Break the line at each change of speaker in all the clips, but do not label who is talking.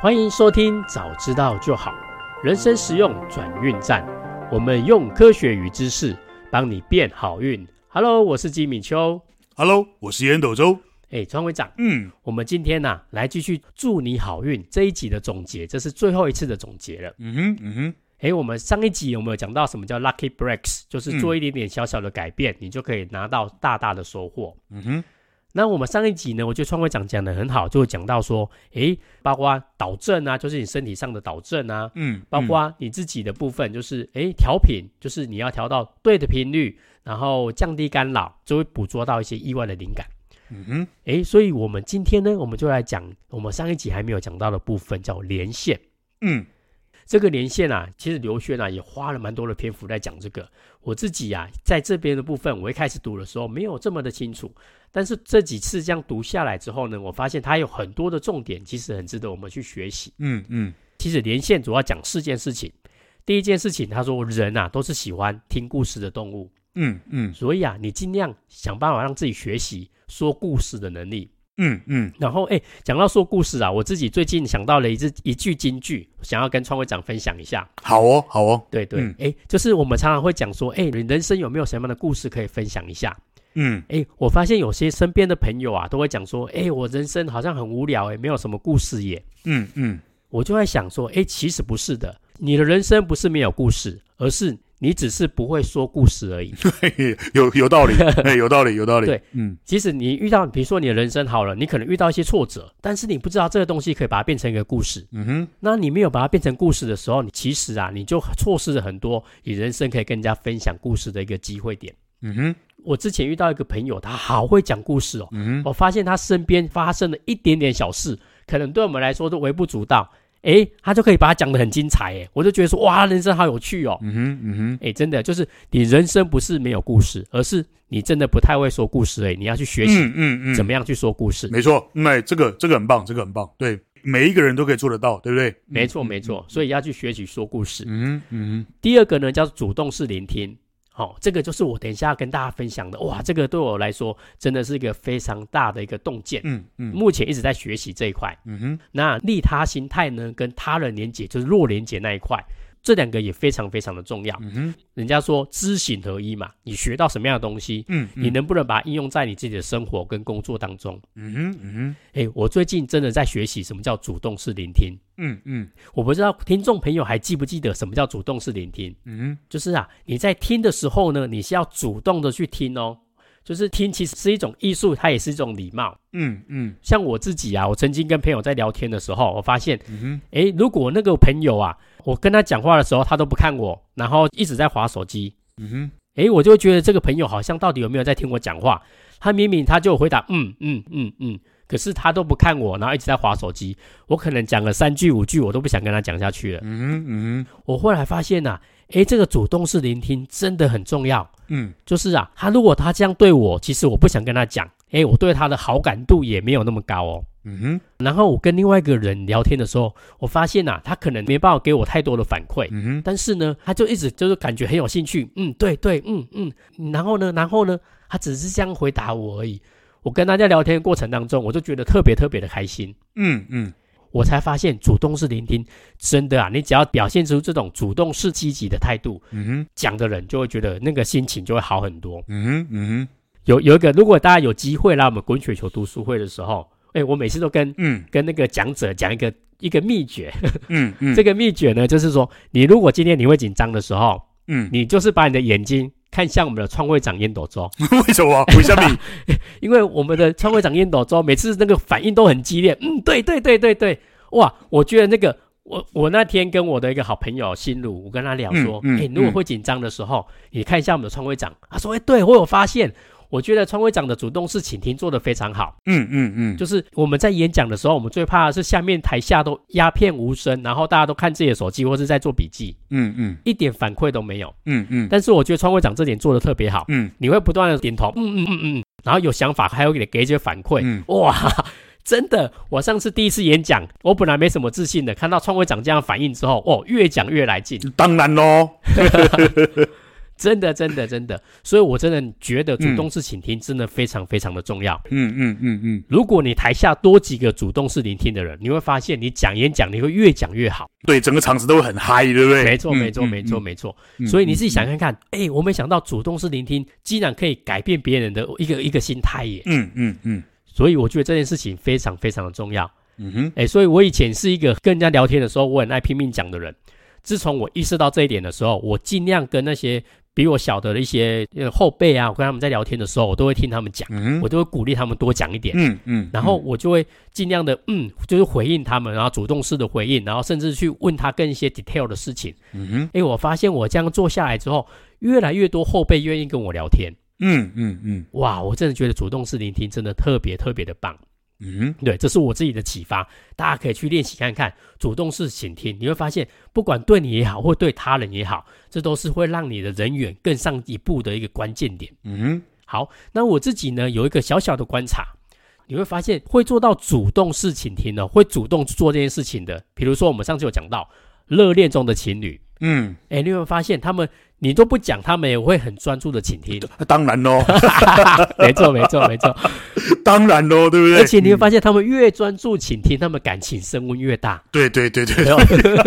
欢迎收听《早知道就好》，人生实用转运站，我们用科学与知识帮你变好运。Hello，我是吉米秋。
Hello，我是烟斗周。
哎，庄会长，
嗯，
我们今天呢、来继续祝你好运这一集的总结，这是最后一次的总结了。
嗯哼，嗯哼，
哎，我们上一集有没有讲到什么叫 lucky breaks？就是做一点点小小的改变，你就可以拿到大大的收获。
嗯哼，
那我们上一集呢，我觉得创会长讲的很好，就讲到说，诶，包括导正啊，就是你身体上的导正啊，
嗯，
包括你自己的部分，就是诶调频，就是你要调到对的频率，然后降低干扰，就会捕捉到一些意外的灵感。
嗯哼，
诶，所以我们今天呢，我们就来讲我们上一集还没有讲到的部分，叫连线。
嗯
这个连线啊，其实刘轩啊也花了蛮多的篇幅在讲这个。我自己啊，在这边的部分，我一开始读的时候没有这么的清楚，但是这几次这样读下来之后呢，我发现它有很多的重点，其实很值得我们去学习。
嗯嗯
其实连线主要讲四件事情。第一件事情，他说人啊都是喜欢听故事的动物，
嗯嗯
所以啊，你尽量想办法让自己学习说故事的能力。
嗯嗯，
然后，哎，讲到说故事啊，我自己最近想到了一句一句金句，想要跟创会长分享一下。
好哦，好哦，
对对，哎
嗯、
就是我们常常会讲说，哎，你人生有没有什么样的故事可以分享一下？
嗯
哎，我发现有些身边的朋友啊，都会讲说，哎，我人生好像很无聊，哎，没有什么故事耶。
嗯嗯
我就在想说，哎，其实不是的，你的人生不是没有故事，而是你只是不会说故事而已。
嘿 嘿，有有道理，哎，有道理，有 道理。
对，
嗯
即使你遇到，比如说你的人生好了，你可能遇到一些挫折，但是你不知道这个东西可以把它变成一个故事。
嗯哼，
那你没有把它变成故事的时候，你其实啊，你就错失了很多你人生可以跟人家分享故事的一个机会点。
嗯哼，
我之前遇到一个朋友，他好会讲故事哦。
嗯哼，
我发现他身边发生了一点点小事，可能对我们来说都微不足道，诶，他就可以把它讲得很精彩，诶，我就觉得说，哇，人生好有趣哦。
嗯哼，嗯哼，
诶，真的就是你人生不是没有故事，而是你真的不太会说故事而已，你要去学习
嗯嗯嗯，
怎么样去说故事。
没错，嗯哎，这个这个很棒，这个很棒，对，每一个人都可以做得到，对不对？
没错，没错，所以要去学习说故事。
嗯嗯哼，嗯哼，
第二个呢，叫做主动式聆听。好、这个就是我等一下要跟大家分享的。哇，这个对我来说真的是一个非常大的一个洞见。
嗯嗯
目前一直在学习这一块。
嗯哼，
那利他心态呢，跟他人连结，就是弱连结那一块，这两个也非常非常的重要。
嗯哼，
人家说知行合一嘛，你学到什么样的东西，
嗯，
你能不能把它应用在你自己的生活跟工作当中？
嗯哼，嗯哼，
诶，我最近真的在学习什么叫主动式聆听。
嗯嗯
我不知道听众朋友还记不记得什么叫主动式聆听？
嗯哼，
就是啊，你在听的时候呢，你是要主动的去听哦。就是听其实是一种艺术，它也是一种礼貌。
嗯嗯
像我自己啊，我曾经跟朋友在聊天的时候，我发现
嗯哼，
诶，如果那个朋友啊，我跟他讲话的时候，他都不看我，然后一直在划手机，
嗯哼，
诶，我就会觉得这个朋友好像到底有没有在听我讲话？他明明他就回答嗯嗯嗯嗯，可是他都不看我，然后一直在划手机。我可能讲了三句五句，我都不想跟他讲下去了。
嗯哼，嗯哼，
我后来发现呐、啊，诶，这个主动式聆听真的很重要。
嗯
就是啊，他如果他这样对我，其实我不想跟他讲，诶，我对他的好感度也没有那么高哦。
嗯哼，
然后我跟另外一个人聊天的时候，我发现呐、他可能没办法给我太多的反馈，
嗯哼。
但是呢，他就一直就是感觉很有兴趣，嗯，对对，嗯嗯，然后呢，然后呢，他只是这样回答我而已。我跟大家聊天的过程当中，我就觉得特别特别的开心。
嗯嗯
我才发现，主动式聆听真的啊，你只要表现出这种主动式积极的态度，
嗯哼
讲的人就会觉得那个心情就会好很多。
嗯哼嗯哼
有有一个，如果大家有机会来我们滚雪球读书会的时候，哎，我每次都跟
嗯
跟那个讲者讲一个一个秘诀。
嗯嗯，
这个秘诀呢，就是说，你如果今天你会紧张的时候，
嗯，
你就是把你的眼睛看向我们的创会长烟斗周，
为什么？ 为什么？
因为我们的创会长烟斗周每次那个反应都很激烈。嗯，对对对对对，哇，我觉得那个。我我那天跟我的一个好朋友心如，我跟他聊说，哎、
嗯嗯
如果会紧张的时候，你看一下我们的创会长，他说，哎、对我有发现，我觉得创会长的主动式倾听做得非常好，
嗯嗯嗯，
就是我们在演讲的时候，我们最怕的是下面台下都鸦片无声，然后大家都看自己的手机或是在做笔记，
嗯嗯
一点反馈都没有。
嗯嗯
但是我觉得川会长这点做的特别好，
嗯
你会不断的点头，嗯嗯嗯嗯，然后有想法还会给给一些反馈，
嗯
哇！真的，我上次第一次演讲，我本来没什么自信的，
嗯
看到创会长这样反应之后，哦，越讲越来劲。
当然喽。
真的，真的，真的。所以我真的觉得主
嗯
动式倾听真的非常非常的重要。
嗯嗯嗯嗯，
如果你台下多几个主动式聆听的人，你会发现你讲演讲你会越讲越好。
对，整个场子都会很嗨，对不对？
没错，
嗯
没错，没错，，没错。所以你自己想，看看，哎，我没想到主动式聆听竟然可以改变别人的一个一个心态耶。
嗯嗯嗯
所以我觉得这件事情非常非常的重要。
嗯嗯哼，
哎，所以我以前是一个跟人家聊天的时候我很爱拼命讲的人，自从我意识到这一点的时候，我尽量跟那些比我小的一些呃后辈啊，我跟他们在聊天的时候，我都会听他们讲，
嗯哼
我都会鼓励他们多讲一点。
嗯嗯，
然后我就会尽量的，嗯，就是回应他们，然后主动式的回应，然后甚至去问他更一些 detail 的事情。
嗯哼，
诶，我发现我这样做下来之后，越来越多后辈愿意跟我聊天。
嗯嗯嗯
哇，我真的觉得主动式聆听真的特别特别的棒。
嗯
对，这是我自己的启发，大家可以去练习看看主动式倾听，你会发现，不管对你也好，或对他人也好，这都是会让你的人缘更上一步的一个关键点。
嗯哼，
好，那我自己呢有一个小小的观察，你会发现会做到主动式倾听呢，会主动做这件事情的，比如说我们上次有讲到热恋中的情侣，
嗯，
哎，你会发现他们你都不讲，他们也会很专注的倾听，
当然喽，
没错，没错，没错，
当然喽，对不对？
而且你会发现他们越专注倾听，他们感情升温越大，
对对对对
没，有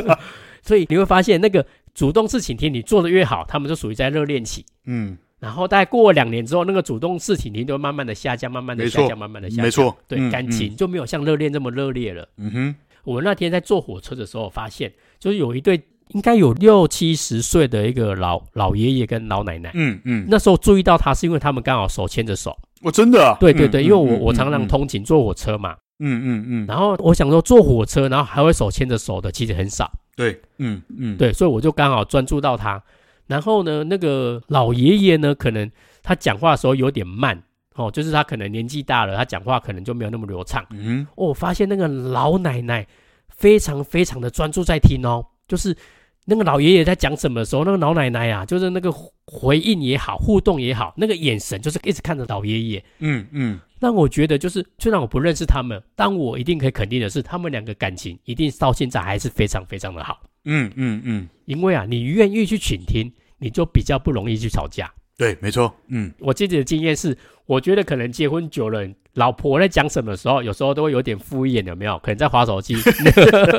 所以你会发现那个主动式倾听你做的越好，他们就属于在热恋期。
嗯，
然后大概过了两年之后，那个主动式倾听就会慢慢的下降，慢慢的
没
下
错
降，慢慢的下降。
没错，
对，
嗯
感，情就没有像热恋这么热烈了。
嗯嗯
我那天在坐火车的时候发现，就是有一对应该有六七十岁的一个老老爷爷跟老奶奶
哼，。嗯嗯，
那时候注意到他是因为他们刚好手牵着手，
我真的啊，
对对对，
嗯
因为我我
嗯
常常
嗯
通勤坐火车嘛，
嗯嗯嗯，
然后我想说坐火车，然后还会手牵着手的其实很少，
对，嗯嗯，
对，所以我就刚好专注到他。然后呢，那个老爷爷呢，可能他讲话的时候有点慢哦，就是他可能年纪大了，他讲话可能就没有那么流畅。
嗯
哦，我发现那个老奶奶非常非常的专注在听哦，就是那个老爷爷在讲什么的时候，那个老奶奶啊，就是那个回应也好，互动也好，那个眼神就是一直看着老爷爷，
嗯嗯
让我觉得就是虽然我不认识他们，但我一定可以肯定的是，他们两个感情一定到现在还是非常非常的好。
嗯嗯嗯，
因为啊，你愿意去倾听，你就比较不容易去吵架。
对，没错，嗯
我自己的经验是，我觉得可能结婚久了，老婆在讲什么的时候，有时候都会有点敷衍，有没有？可能在划手机，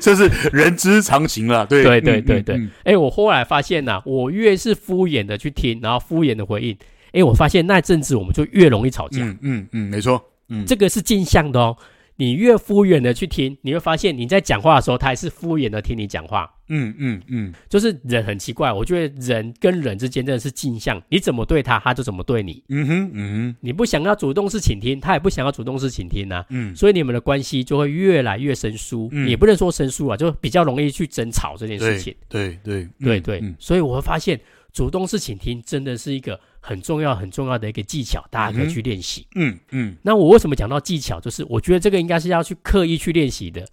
这是人之常情了，对
对对对对，哎、我后来发现呐、啊我越是敷衍的去听，然后敷衍的回应，哎、我发现那阵子我们就越容易吵架。
嗯嗯嗯，没错，嗯，
这个是镜像的哦。你越敷衍的去听，你会发现你在讲话的时候，他还是敷衍的听你讲话。
嗯嗯嗯，
就是人很奇怪，我觉得人跟人之间真的是镜像，你怎么对他，他就怎么对你。
嗯哼嗯哼
你不想要主动式倾听，他也不想要主动式倾听呐、
嗯
所以你们的关系就会越来越生疏，
嗯
也不能说生疏啊，就比较容易去争吵这件事情。
对对
对
嗯
对，
嗯
所以我会发现主动式倾听真的是一个很重要、很重要的一个技巧，大家可以去练习。
嗯嗯
那我为什么讲到技巧？就是我觉得这个应该是要去刻意去练习的，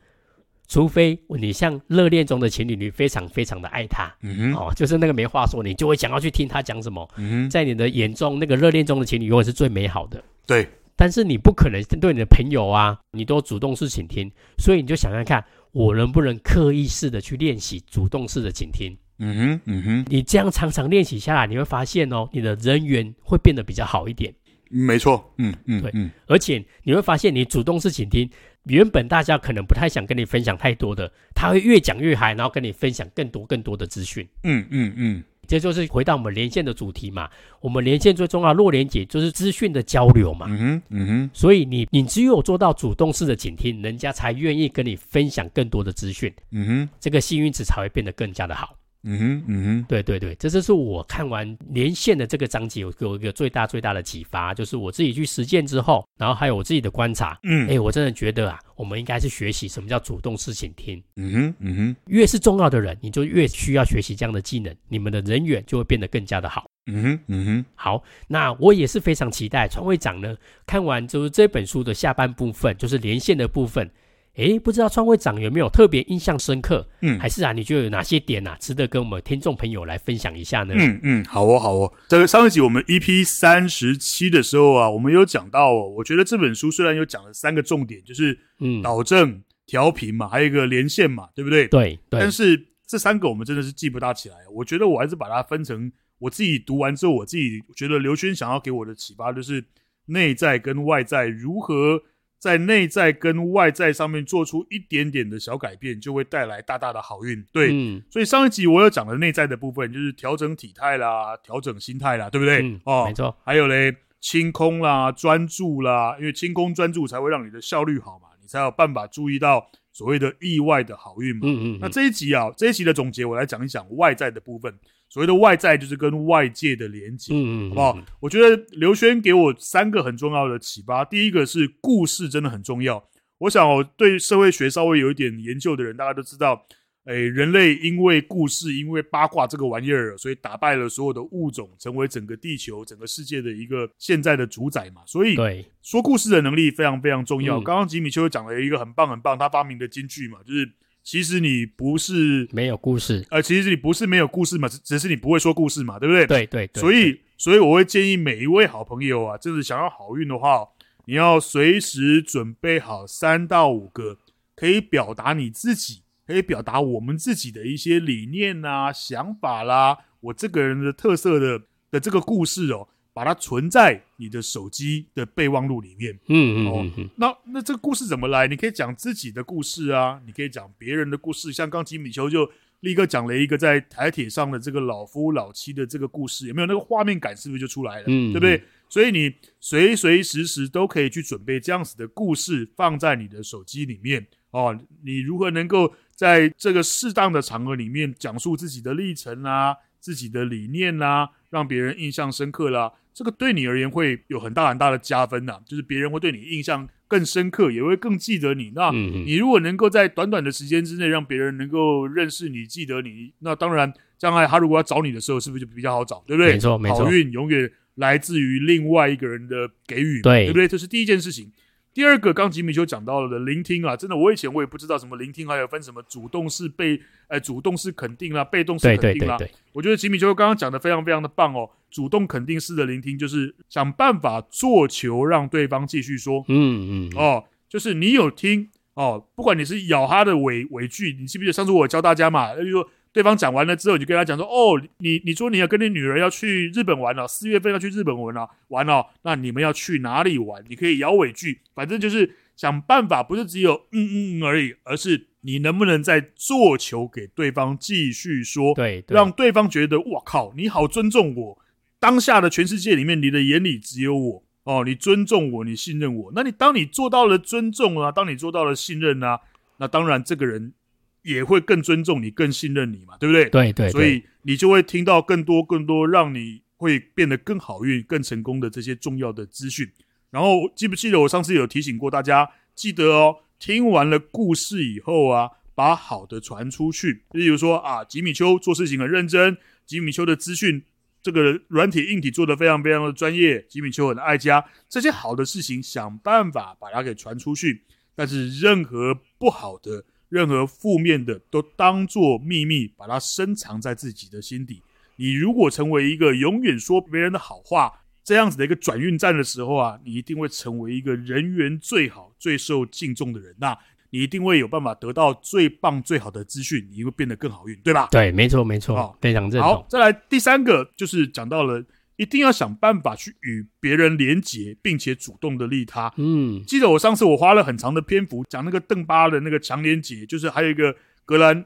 除非你像热恋中的情侣，你非常非常的爱他，
嗯哼
哦，就是那个没话说，你就会想要去听他讲什么。
嗯哼，
在你的眼中，那个热恋中的情侣永远是最美好的。
对，
但是你不可能对你的朋友啊，你都主动式倾听，所以你就想想看，我能不能刻意式的去练习主动式的倾听？
嗯哼嗯哼，
你这样常常练习下来，你会发现哦，你的人缘会变得比较好一点，
没错，嗯嗯嗯
而且你会发现，你主动式倾听，原本大家可能不太想跟你分享太多的，他会越讲越嗨，然后跟你分享更多更多的资讯。
嗯嗯嗯，
这就是回到我们连线的主题嘛，我们连线最重要，弱连结就是资讯的交流嘛。
嗯哼嗯哼，
所以你你只有做到主动式的倾听，人家才愿意跟你分享更多的资讯，
嗯哼
这个幸运值才会变得更加的好。
嗯哼嗯哼，
对对对，这就是我看完连线的这个章节有给我一个最大最大的启发，就是我自己去实践之后，然后还有我自己的观察，
嗯
哎，我真的觉得啊，我们应该是学习什么叫主动式倾听。
嗯哼嗯哼
越是重要的人，你就越需要学习这样的技能，你们的人缘就会变得更加的好。
嗯哼嗯哼，
好，那我也是非常期待川会长呢看完就是这本书的下半部分，就是连线的部分。诶，不知道川会长有没有特别印象深刻，
嗯
还。是啊，你觉得有哪些点啊，值得跟我们听众朋友来分享一下呢？
嗯嗯，好哦，好哦。这个上一集我们 EP 三十七的时候啊，我们有讲到哦，我觉得这本书虽然有讲了三个重点，就是
嗯，
导正、调频嘛，还有一个连线嘛，对不对？
对对
啊但，是这三个我们真的是记不大起来，我觉得我还是把它分成我自己读完之后，我自己觉得刘轩想要给我的启发就是内在跟外在如何在内在跟外在上面做出一点点的小改变，就会带来大大的好运。对，
嗯，
所以上一集我有讲的内在的部分，就是调整体态啦，调整心态啦，对不对？
嗯
哦
没，错，
还有嘞，清空啦，专注啦，因为清空专注才会让你的效率好嘛，你才有办法注意到所谓的意外的好运嘛。
嗯嗯
那
嗯，
这一集啊，这一集的总结，我来讲一讲外在的部分。所谓的外在，就是跟外界的连接，
嗯嗯，
好不好？我觉得刘轩给我三个很重要的启发。第一个是故事真的很重要。我想我对社会学稍微有一点研究的人，大家都知道，诶，人类因为故事，因为八卦这个玩意儿，所以打败了所有的物种，成为整个地球、整个世界的一个现在的主宰嘛。所以
对，
说故事的能力非常非常重要。
嗯
刚刚吉米丘讲了一个很棒很棒，他发明的金句嘛，就是其实你不是
没有故事，
呃，其实你不是没有故事嘛，只只是你不会说故事嘛，对不对？
对对对，
所以，所以我会建议每一位好朋友啊，就是想要好运的话，你要随时准备好三到五个可以表达你自己，可以表达我们自己的一些理念啊、想法啦，我这个人的特色的的这个故事哦，把它存在你的手机的备忘录里面。
嗯
哦
嗯嗯嗯，
那那这个故事怎么来？你可以讲自己的故事啊，你可以讲别人的故事，像刚吉米丘就立刻讲了一个在台铁上的这个老夫老妻的这个故事，有没有那个画面感？是不是就出来了？
嗯
对不对？所以你随随时时都可以去准备这样子的故事，放在你的手机里面哦。你如何能够在这个适当的场合里面讲述自己的历程啊、自己的理念啊，让别人印象深刻啦、这个对你而言会有很大很大的加分呐、就是别人会对你印象更深刻，也会更记得你。那
嗯嗯
你如果能够在短短的时间之内让别人能够认识你、记得你，那当然将来他如果要找你的时候，是不是就比较好找，对不对？
没错没错
好运永远来自于另外一个人的给予嘛，
对
对不对？这是第一件事情。第二个，刚吉米就讲到了的聆听啊，真的，我以前我也不知道什么聆听，还有分什么主动式被，呃，主动式肯定啦、啊被动式
对
肯定啦、
对对对，
我觉得吉米丘刚刚讲的非常非常的棒哦，主动肯定式的聆听就是想办法做球让对方继续说
嗯嗯，嗯，
哦，就是你有听哦，不管你是咬他的尾尾句，你记不记得上次我有教大家嘛，就是说对方讲完了之后，你就跟他讲说哦，你你说你要跟你女儿要去日本玩了、哦四月份要去日本玩了、哦玩了、那你们要去哪里玩？你可以咬尾句，反正就是想办法，不是只有嗯嗯嗯而已，而是你能不能在做球给对方继续说。
对对，
让对方觉得哇靠，你好尊重我。当下的全世界里面，你的眼里只有我哦，你尊重我，你信任我。那你当你做到了尊重啊，当你做到了信任啊，那当然这个人也会更尊重你，更信任你嘛，对不对？
对对，
所以你就会听到更多更多让你会变得更好运、更成功的这些重要的资讯。然后记不记得我上次有提醒过大家，记得哦，听完了故事以后啊，把好的传出去。例如说啊，吉米丘做事情很认真，吉米丘的资讯。这个软体、硬体做的非常非常的专业，吉米丘很爱家，这些好的事情想办法把它给传出去，但是任何不好的、任何负面的，都当做秘密，把它深藏在自己的心底。你如果成为一个永远说别人的好话这样子的一个转运站的时候啊，你一定会成为一个人缘最好、最受敬重的人呐、你一定会有办法得到最棒、最好的资讯，你会变得更好运，对吧？
对，没错没错
好，
非常认
好
同，，
再来第三个就是讲到了，一定要想办法去与别人连结，并且主动的利他。
嗯
记得我上次我花了很长的篇幅讲那个邓巴的那个强连结，就是还有一个格兰，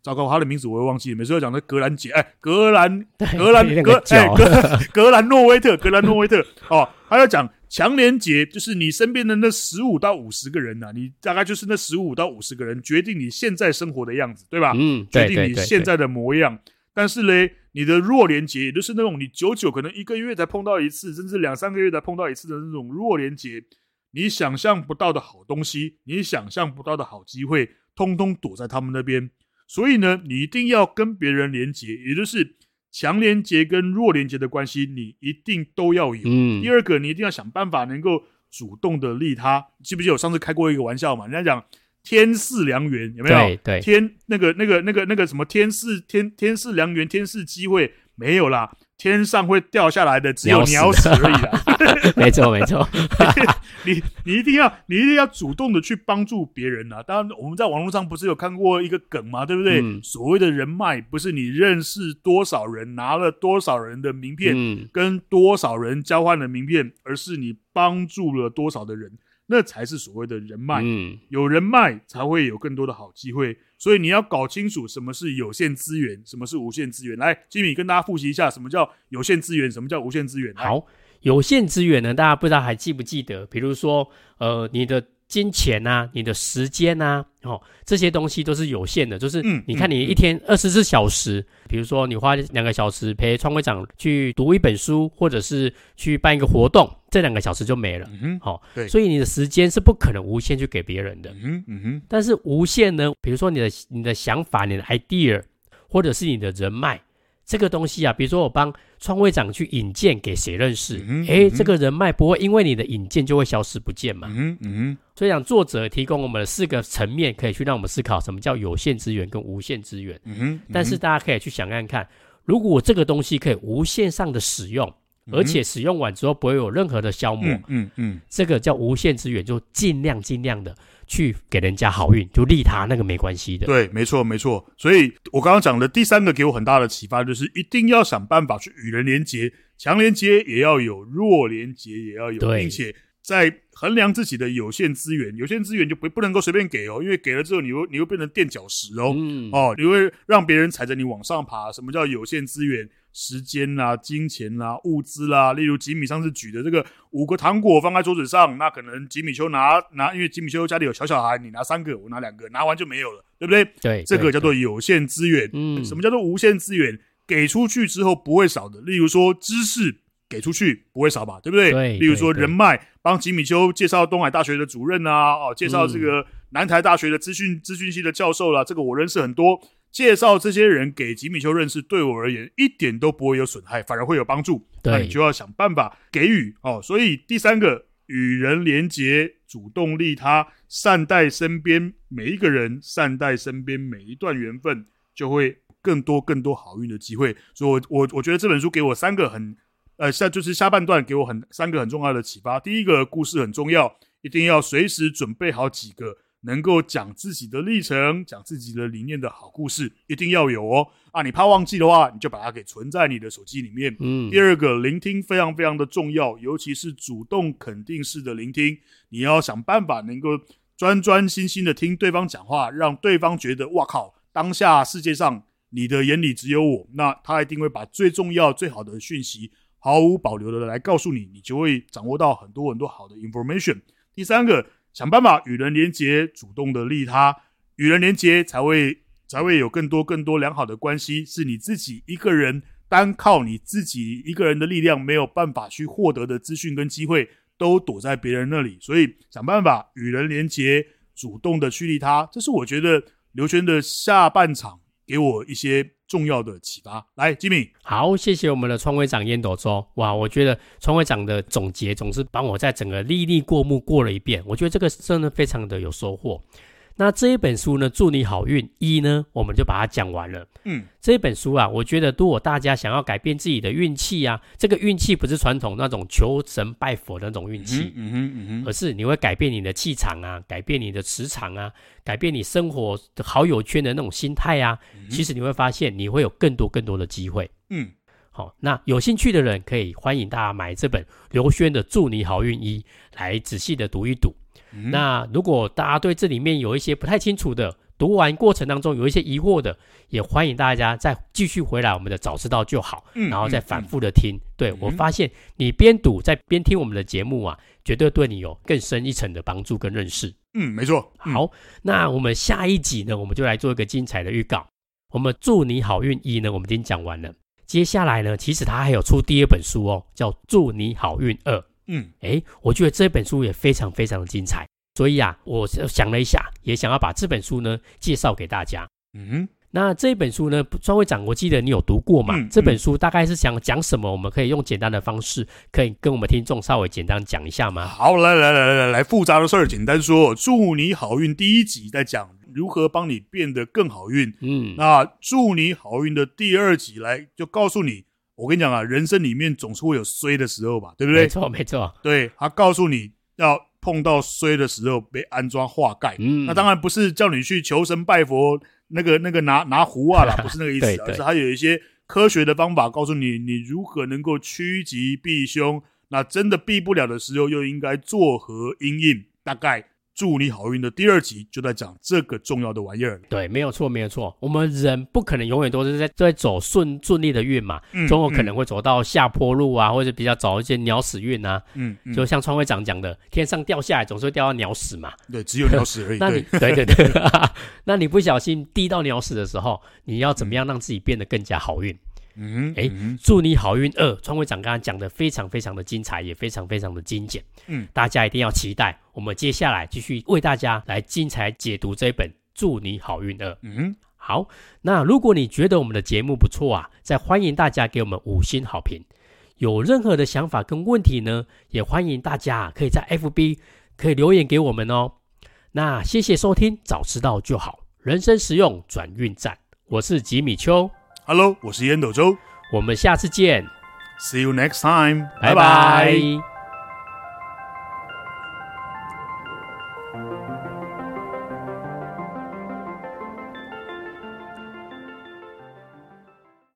糟糕，他的名字我会忘记，每次都讲的格兰杰，哎，格兰格兰
那
格
个
哎
脚
格 格兰诺维特，格兰诺维特哦，他要讲强连结，就是你身边的那十五到五十个人呐、你大概就是那十五到五十个人决定你现在生活的样子，对吧？
嗯，
啊决
对
定
对
你
对，
现在的模样。但是嘞，你的弱连接，也就是那种你久久可能一个月才碰到一次，甚至两三个月才碰到一次的那种弱连接，你想象不到的好东西，你想象不到的好机会，通通躲在他们那边。所以呢，你一定要跟别人连接，也就是强连接跟弱连接的关系，你一定都要有。
嗯
第，二个，你一定要想办法能够主动的利他。记不记得我上次开过一个玩笑嘛？人家讲天赐良缘，有没有？
对对，
天那个那个那个那个什么天赐天天赐良缘天赐机会没有啦，天上会掉下来的只有鸟
鸟
屎
屎
而已啦。
没错没错，
你你一定要你一定要主动的去帮助别人啊！当然，我们在网络上不是有看过一个梗嘛，对不对？
嗯
所谓的人脉，不是你认识多少人，拿了多少人的名片，
嗯，
跟多少人交换了名片，而是你帮助了多少的人，那才是所谓的人脉。
嗯，
有人脉才会有更多的好机会，所以你要搞清楚什么是有限资源，什么是无限资源。来，吉米跟大家复习一下，什么叫有限资源，什么叫无限资源。来，
好，有限资源呢，大家不知道还记不记得？比如说，呃，你的金钱啊，你的时间啊，哦，这些东西都是有限的。就是
嗯
你看，
嗯
你
嗯
一天二十四小时，比如说你花两个小时陪创会长去读一本书，或者是去办一个活动，这两个小时就没了。
嗯哼，
好、
对
所以你的时间是不可能无限去给别人的。
嗯哼，嗯哼，
但是无限呢，比如说你的你的想法、你的 idea，或者是你的人脉，这个东西啊，比如说我帮创会长去引荐给谁认识
嗯，哼
诶、
嗯哼
这个人脉不会因为你的引荐就会消失不见嘛。
嗯哼，嗯哼。
所以讲，作者提供我们的四个层面，可以去让我们思考什么叫有限资源跟无限资源。
嗯哼，
但是大家可以去想看看，如果这个东西可以无限上的使用，而且使用完之后不会有任何的消磨，
嗯嗯嗯
这个叫无限资源，就尽量尽量的去给人家好运，就利他，那个没关系的。
对，没错没错。所以我刚刚讲的第三个给我很大的启发，就是一定要想办法去与人连接，强连接也要有，弱连接也要有，
对
并且在衡量自己的有限资源，有限资源就不不能够随便给哦，因为给了之后你会你会变成垫脚石哦。
嗯，
哦，你会让别人踩着你往上爬。什么叫有限资源？时间啦、金钱啦、物资啦。例如吉米上次举的这个五个糖果放在桌子上，那可能吉米丘拿拿，因为吉米丘家里有小小孩，你拿三个，我拿两个，拿完就没有了，对不对？
对，
这个
对
叫做有限资源。
嗯
什么叫做无限资源？给出去之后不会少的，例如说知识给出去不会少吧，对不对？
对
例如说
对对
人脉，帮吉米丘介绍东海大学的主任啊，哦，介绍
嗯
这个南台大学的资讯资讯系的教授啦、这个我认识很多。介绍这些人给吉米丘认识，对我而言一点都不会有损害，反而会有帮助。
对
那你就要想办法给予哦。所以第三个，与人连结，主动利他，善待身边每一个人，善待身边每一段缘分，就会更多更多好运的机会。所以我，我我觉得这本书给我三个很呃下就是下半段给我很三个很重要的启发。第一个，故事很重要，一定要随时准备好几个。能够讲自己的历程、讲自己的理念的好故事，一定要有哦。啊，你怕忘记的话，你就把它给存在你的手机里面。
嗯
第，二个，聆听非常非常的重要，尤其是主动肯定式的聆听，你要想办法能够专专心心的听对方讲话，让对方觉得哇靠，当下世界上你的眼里只有我，那他一定会把最重要、最好的讯息毫无保留的来告诉你，你就会掌握到很多很多好的 information。第三个，想办法与人连接，主动的利他，与人连接才会才会有更多更多良好的关系，是你自己一个人单靠你自己一个人的力量没有办法去获得的资讯跟机会，都躲在别人那里，所以想办法与人连接，主动的去利他，这是我觉得刘轩的下半场给我一些重要的启发。来，吉米，
好，谢谢我们的川会长烟斗周。哇，我觉得川会长的总结总是帮我在整个历历过目过了一遍，我觉得这个真的非常的有收获。那这一本书呢，祝你好运一呢，我们就把它讲完了。
嗯，
这本书啊，我觉得如果大家想要改变自己的运气啊，这个运气不是传统那种求神拜佛的那种运气，
嗯哼，嗯
而是你会改变你的气场啊，改变你的磁场啊，改变你生活的好友圈的那种心态啊。其实你会发现，你会有更多更多的机会。
嗯，
好、那有兴趣的人可以欢迎大家买这本刘轩的《祝你好运一》来仔细的读一读。
嗯
那如果大家对这里面有一些不太清楚的，读完过程当中有一些疑惑的，也欢迎大家再继续回来我们的早知道就好，
嗯
然后再反
嗯
复的听。对我发现你边读在边听我们的节目啊，绝对对你有更深一层的帮助跟认识。
嗯，没错，嗯，
好，那我们下一集呢，我们就来做一个精彩的预告。我们祝你好运一呢，我们已经讲完了。接下来呢，其实他还有出第二本书哦，叫《祝你好运二》。
嗯
诶，我觉得这本书也非常非常精彩，所以啊，我想了一下，也想要把这本书呢介绍给大家。
嗯哼，
那这本书呢，庄会长，我记得你有读过嘛？
嗯
这本书大概是想讲什么？我们可以用简单的方式，可以跟我们听众稍微简单讲一下吗？
好，来来来来来来，复杂的事儿简单说。祝你好运第一集在讲如何帮你变得更好运，
嗯，
那祝你好运的第二集来就告诉你我跟你讲啊，人生里面总是会有衰的时候吧，对不
没
对？
错没错，
对他告诉你要碰到衰的时候被安装化盖，
嗯，
那当然不是叫你去求神拜佛，那个那个拿拿壶 啊啦，不是那个意
对
思，
对
而是它有一些科学的方法告诉你，你如何能够趋吉避凶。那真的避不了的时候，又应该作何因应？大概祝你好运的第二集就在讲这个重要的玩意儿了。
对，没有错，没有错。我们人不可能永远都是在在走顺顺利的运嘛，
嗯
总有可能会走到下坡路啊，或者比较早一些鸟屎运啊。
嗯，嗯，
就
嗯
像川会长讲的，天上掉下来总是会掉到鸟屎嘛。
对，只有鸟屎而 已。
那你
对，
对对对， 那你不小心滴到鸟屎的时候，你要怎么样让自己变得更加好运？
嗯，
哎
嗯
祝你好运二，川会长刚刚讲的非常非常的精彩，也非常非常的精简。
嗯，
大家一定要期待，我们接下来继续为大家来精彩解读这一本《祝你好运二》。
嗯，
好，那如果你觉得我们的节目不错啊，再欢迎大家给我们五星好评。有任何的想法跟问题呢，也欢迎大家啊可以在 FB 可以留言给我们哦。那谢谢收听，早知道就好，人生实用转运站，我是吉米秋，
Hello，我是烟斗周
我们下次见，
，See you next time，
拜拜。